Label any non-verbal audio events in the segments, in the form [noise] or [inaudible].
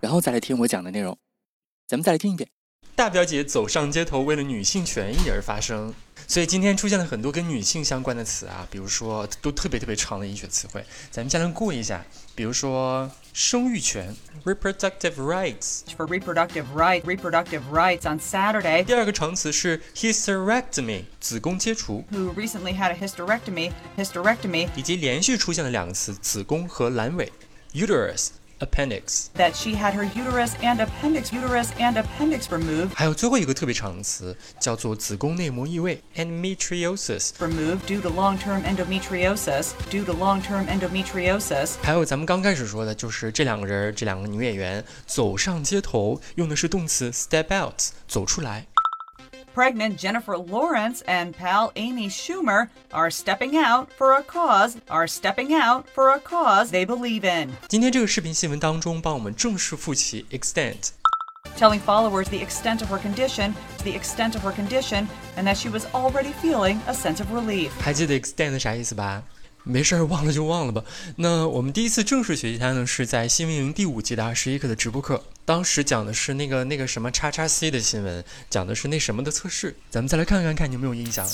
然后再来听我讲的内容。咱们再来听一遍。大表姐走上街头，为了女性权益而发声，所以今天出现了很多跟女性相关的词啊，比如说都特别特别长的医学词汇，咱们下来过一下，比如说生育权 （reproductive rights）， for reproductive rights, reproductive rights on Saturday, 第二个长词是 hysterectomy 子宫切除， who recently had a hysterectomy, hysterectomy 以及连续出现了两个词子宫和阑尾 （uterus）、appendix。 that she had her uterus and appendix, uterus and appendix removed, 还有最后一个特别长的词叫做子宫内膜异位 （endometriosis）。 removed due to long-term endometriosis, due to long-term endometriosis. 还有咱们刚开始说的，就是这两个人儿，这两个女演员走上街头，用的是动词 step out，走出来。 Pregnant Jennifer Lawrence and pal Amy Schumer are stepping out for a cause, are stepping out for a cause they believe in. 今天这个视频新闻当中，帮我们正式复习 extent。 telling followers the extent of her condition, the extent of her condition, and that she was already feeling a sense of relief. 还记得 extent 啥意思吧？没事儿，忘了就忘了吧。那我们第一次正式学习它呢，是在新闻营第五季的二十一课的直播课，当时讲的是那个那个什么叉叉 C 的新闻，讲的是那什么的测试。咱们再来看看看你有没有印象。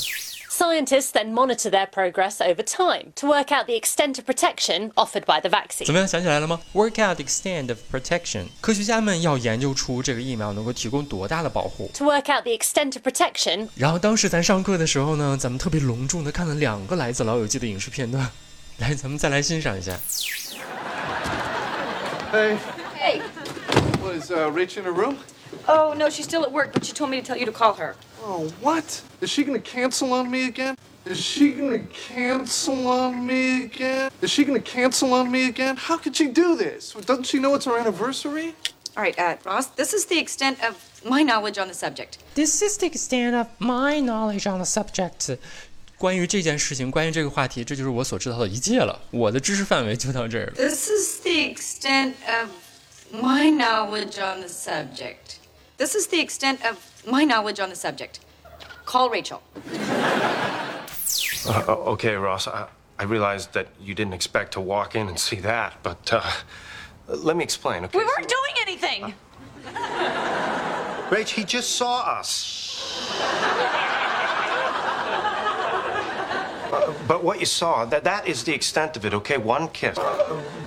Scientists then monitor their progress over time to work out the extent of protection offered by the 怎 vaccine. 么样，想起来了吗？Work out the extent of protection。科学家们要研究出这个疫苗能够提供多大的保护。 To work out the extent of protection, 然后当时咱上课的时候呢，咱们特别隆重的看了两个来自《老友记》的影视片段，来，咱们再来欣赏一下。 Hey. Hey. Was uh, Rach in her room? Oh, no, she's still at work, but she told me to tell you to call her. Oh, what? Is she gonna cancel on me again? Is she gonna cancel on me again? Is she gonna cancel on me again? How could she do this? Doesn't she know it's our anniversary? All right, uh, Ross, this is the extent of my knowledge on the subject. This is the extent of my knowledge on the subject。关于这件事情，关于这个话题，这就是我所知道的一切了。我的知识范围就到这儿了。 This is the extent of my knowledge on the subject. This is the extent of my knowledge on the subject. Call Rachel. Oh, Okay, Ross, I, I realized that you didn't expect to walk in and see that, but uh, let me explain, okay? We weren't doing anything! Rach, he just saw us. Uh, But what you saw, that, that is the extent of it, okay? One kiss.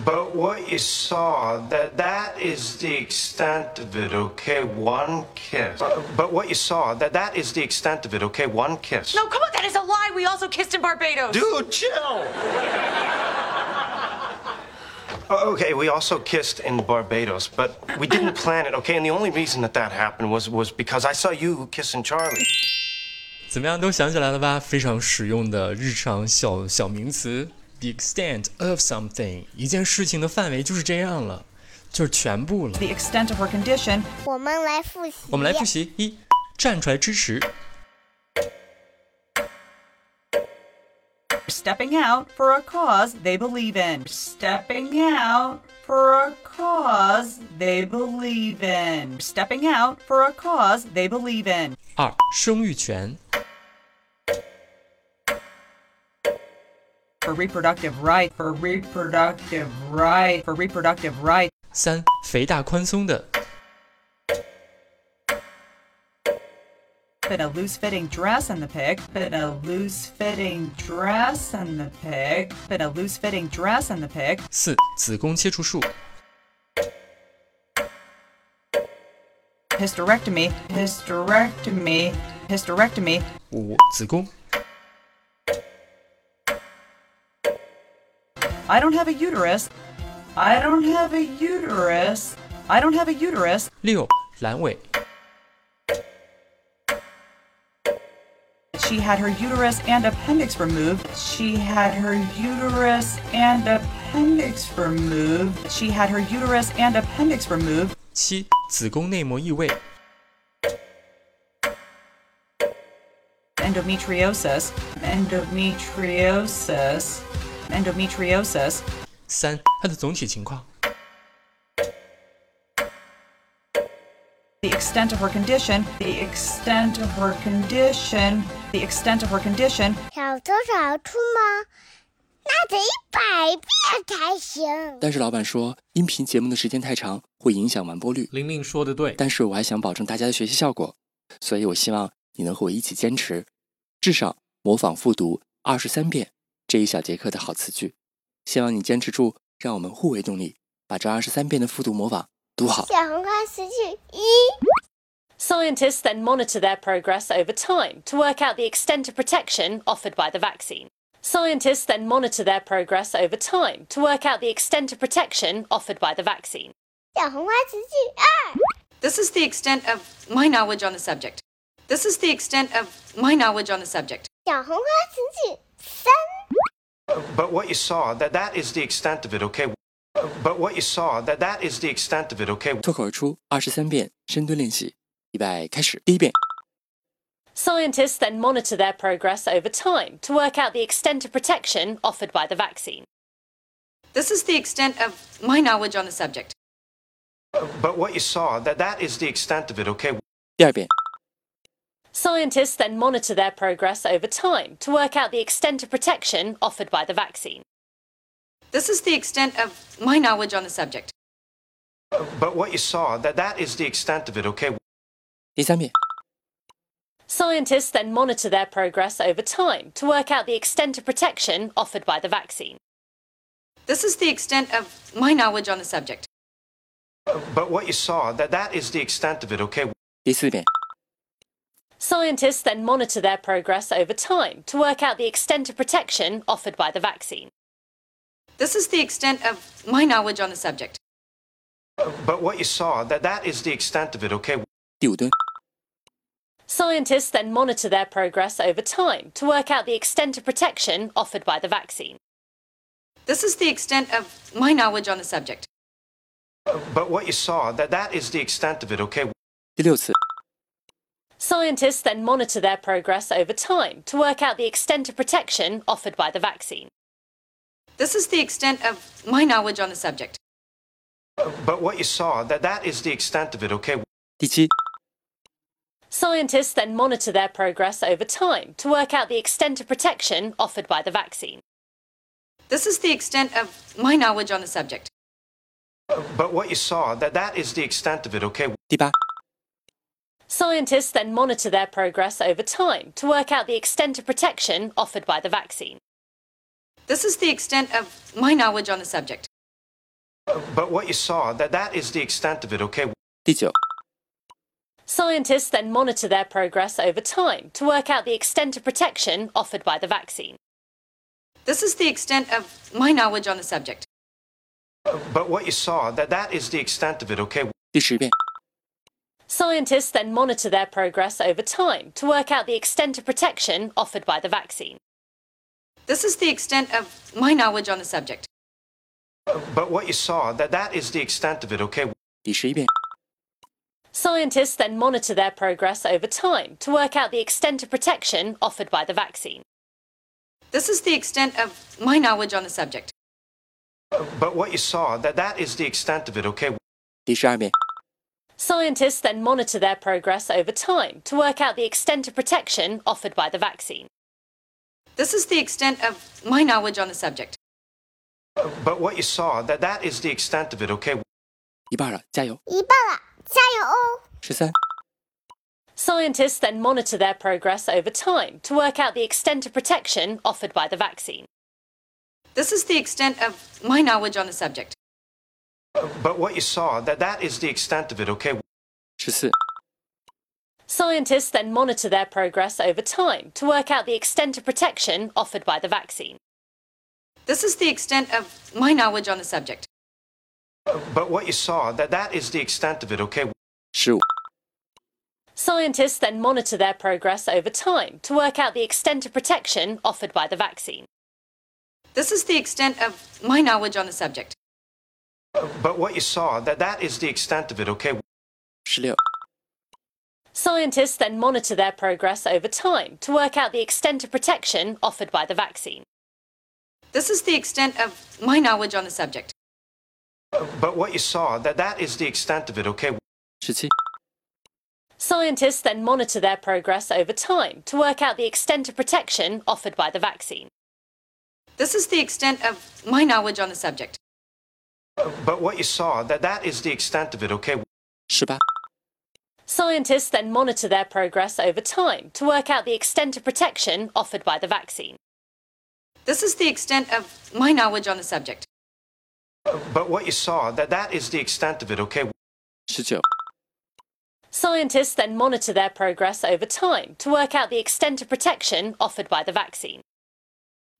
But what you saw, that, that is the extent of it, okay? One kiss. But what you saw, that, that is the extent of it, okay? One kiss. no, Oh, come on, that is a lie! We also kissed in Barbados! Dude, chill. O- Oh, Okay, we also kissed in Barbados, but we didn't plan it, okay? And the only reason that that happened was was because I saw you kissing Charlie. 怎么样，都想起来了吧？非常实用的日常小小名词，the extent of something，一件事情的范围就是这样了，就是全部了。 The extent of her condition, 我们来复习，我们来复习：一、站出来支持； stepping out for a cause they believe in. Stepping out for a cause they believe in. Stepping out for a cause they believe in. 二、生育权； For reproductive right, for reproductive right, for reproductive right. 三、肥大宽松的； Been a loose fitting dress in the pig. Been a loose fitting dress in the pig. Been a loose fitting dress in the pig. 四、子宫切除术； Hysterectomy. Hysterectomy. Hysterectomy. 五、子宫； I don't have a uterus. I don't have a uterus. I don't have a uterus. 六、阑尾； She had her uterus and appendix removed. She had her uterus and appendix removed. She had her uterus and appendix removed. 七、子宫内膜异位。 endometriosis, endometriosis, endometriosis, 三、它的总体情况。 the extent of her condition, the extent of her condition, the extent of her condition, 小偷小出吗？那得一百遍才行。但是老板说，音频节目的时间太长，会影响完播率。玲玲说的对，但是我还想保证大家的学习效果，所以我希望你能和我一起坚持，至少模仿复读二十三遍这一小节课的好词句。希望你坚持住，让我们互为动力，把这二十三遍的复读模仿读好。小红花词句一， Scientists then monitor their progress over time to work out the extent of protection offered by the vaccine. Scientists then monitor their progress over time to work out the extent of protection offered by the vaccine. 小红花词句二， This is the extent of my knowledge on the subject. This is the extent of my knowledge on the subject. 小红花词句三， But what you saw, that that is the extent of it, okay? But what you saw, that that is the extent of it, okay? 脱口而出二十三遍深蹲练习，预备开始。第一遍， Scientists then monitor their progress over time to work out the extent of protection offered by the vaccine. This is the extent of my knowledge on the subject. But what you saw, that that is the extent of it, okay? 第二遍， Scientists then monitor their progress over time to work out the extent of protection offered by the vaccine. This is the extent of my knowledge on the subject. But what you saw, that that is the extent of it, okay? 第三遍， Scientists then monitor their progress over time to work out the extent of protection offered by the vaccine. This is the extent of my knowledge on the subject. But what you saw, that that is the extent of it, okay? 第四遍， Scientists then monitor their progress over time to work out the extent of protection offered by the vaccine. This is the extent of my knowledge on the subject. But what you saw, that that is the extent of it, okay? 第五蹲， Scientists then monitor their progress over time to work out the extent of protection offered by the vaccine. This is the extent of my knowledge on the subject. But what you saw, that that is the extent of it, okay? 第六次， Scientists then monitor their progress over time to work out the extent of protection offered by the vaccine. This is the extent of my knowledge on the subject. But what you saw, that that is the extent of it, okay? 第七、 Scientists then monitor their progress over time to work out the extent of protection offered by the vaccine. This is the extent of my knowledge on the subject. But what you saw, that that is the extent of it, okay? 第八、 Scientists then monitor their progress over time to work out the extent of protection offered by the vaccine. This is the extent of my knowledge on the subject. But what you saw, that that is the extent of it, okay? 第九、 Scientists then monitor their progress over time to work out the extent of protection offered by the vaccine. This is the extent of my knowledge on the subject. But what you saw, that that is the extent of it, okay? 第十遍、 Scientists then monitor their progress over time to work out the extent of protection offered by the vaccine. This is the extent of my knowledge on the subject. But what you saw, that that is the extent of it, okay? 第十一遍、 Scientists then monitor their progress over time to work out the extent of protection offered by the vaccine. This is the extent of my knowledge on the subject. But what you saw, that that is the extent of it, okay? 第十二遍、 Scientists then monitor their progress over time to work out the extent of protection offered by the vaccine. This is the extent of my knowledge on the subject. But what you saw, that that is the extent of it, okay? 一半了，加油！一半了，加油哦！十三、 Scientists then monitor their progress over time to work out the extent of protection offered by the vaccine. This is the extent of my knowledge on the subject. But what you saw, that that is the extent of it, okay? 十四、 Scientists then monitor their progress over time to work out the extent of protection offered by the vaccine. This is the extent of my knowledge on the subject. But what you saw, that that is the extent of it, okay? 十五、 Scientists then monitor their progress over time to work out the extent of protection offered by the vaccine. This is the extent of my knowledge on the subject. But what you saw, that that is the extent of it, okay? 十六、 Scientists then monitor their progress over time to work out the extent of protection offered by the vaccine. This is the extent of my knowledge on the subject. But what you saw, that that is the extent of it, okay? 十七、 Scientists then monitor their progress over time to work out the extent of protection offered by the vaccine. This is the extent of my knowledge on the subject. But what you saw, that that is the extent of it, okay? 十八、 Scientists then monitor their progress over time to work out the extent of protection offered by the vaccine. This is the extent of my knowledge on the subject. But what you saw, that that is the extent of it, okay? 十九、 Scientists then monitor their progress over time to work out the extent of protection offered by the vaccine.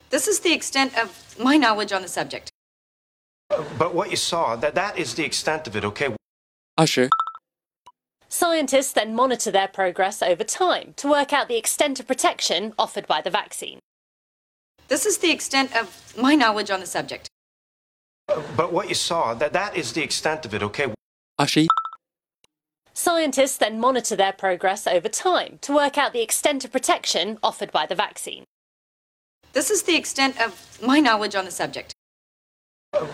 This is the extent of my knowledge on the subject. But what you saw, that that is the extent of it, okay? 二十、 Scientists then monitor their progress over time to work out the extent of protection offered by the vaccine. This is the extent of my knowledge on the subject. But what you saw, that that is the extent of it, okay? 二十一、 Scientists then monitor their progress over time to work out the extent of protection offered by the vaccine. This is the extent of my knowledge on the subject.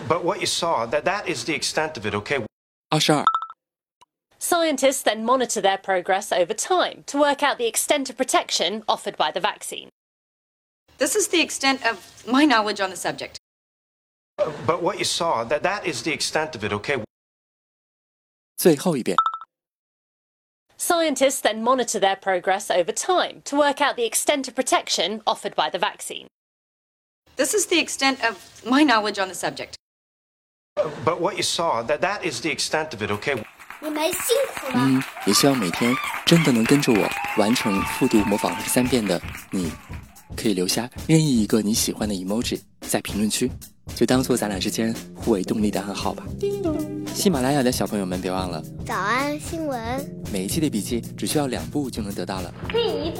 But what you saw, that that is the extent of it, okay? 二十二、 Scientists then monitor their progress over time to work out the extent of protection offered by the vaccine. This is the extent of my knowledge on the subject. But what you saw, that that is the extent of it, okay? 最后一遍。 Scientists then monitor their progress over time to work out the extent of protection offered by the vaccine. This is the extent of my knowledge on the subject. But what you saw, that that is the extent of it, okay? 你们辛苦了。嗯，也希望每天真的能跟着我完成复读模仿二十三遍的你，可以留下任意一个你喜欢的 emoji 在评论区，就当做咱俩之间互为动力的暗号吧。喜马拉雅的小朋友们，别忘了早安新闻，每一期的笔记只需要两步就能得到了。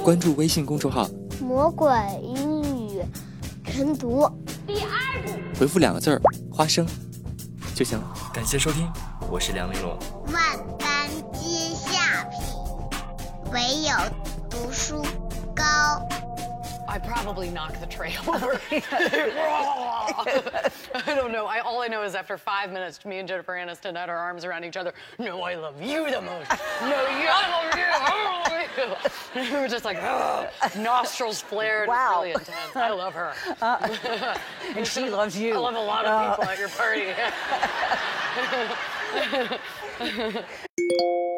关注微信公众号，魔鬼英语晨读。回复两个字儿“花生”就行了。感谢收听，我是梁丽罗。万般皆下品，唯有读书高。 I probably knocked [laughs] the tray over. I don't know. I, all I know is after five minutes, me and Jennifer Aniston had our arms around each other. No, I love you the most. No, you, I love you. We were just like "Ugh." nostrils flared. It was Wow. Uh, really intense. I love her. [laughs] And she loves you. I love a lot of people at your party.